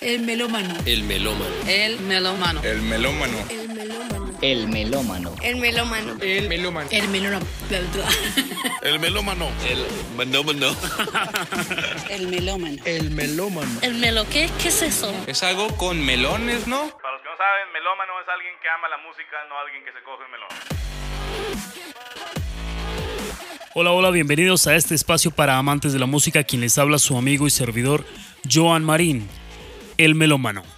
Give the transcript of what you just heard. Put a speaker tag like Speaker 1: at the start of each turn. Speaker 1: El melómano.
Speaker 2: El melómano.
Speaker 3: El melómano.
Speaker 4: El melómano.
Speaker 5: El melómano.
Speaker 6: El melómano.
Speaker 5: El melómano.
Speaker 2: El melómano.
Speaker 1: El melómano.
Speaker 7: El melómano.
Speaker 2: El melómano.
Speaker 3: El melómano.
Speaker 2: El melómano.
Speaker 3: ¿El melo qué? ¿Qué es eso?
Speaker 4: Es algo con melones, ¿no?
Speaker 8: Para los que no saben, melómano es alguien que ama la música, no alguien que se coge un melón.
Speaker 9: Hola, hola, bienvenidos a este espacio para amantes de la música, quien les habla su amigo y servidor Joan Marín, el melómano.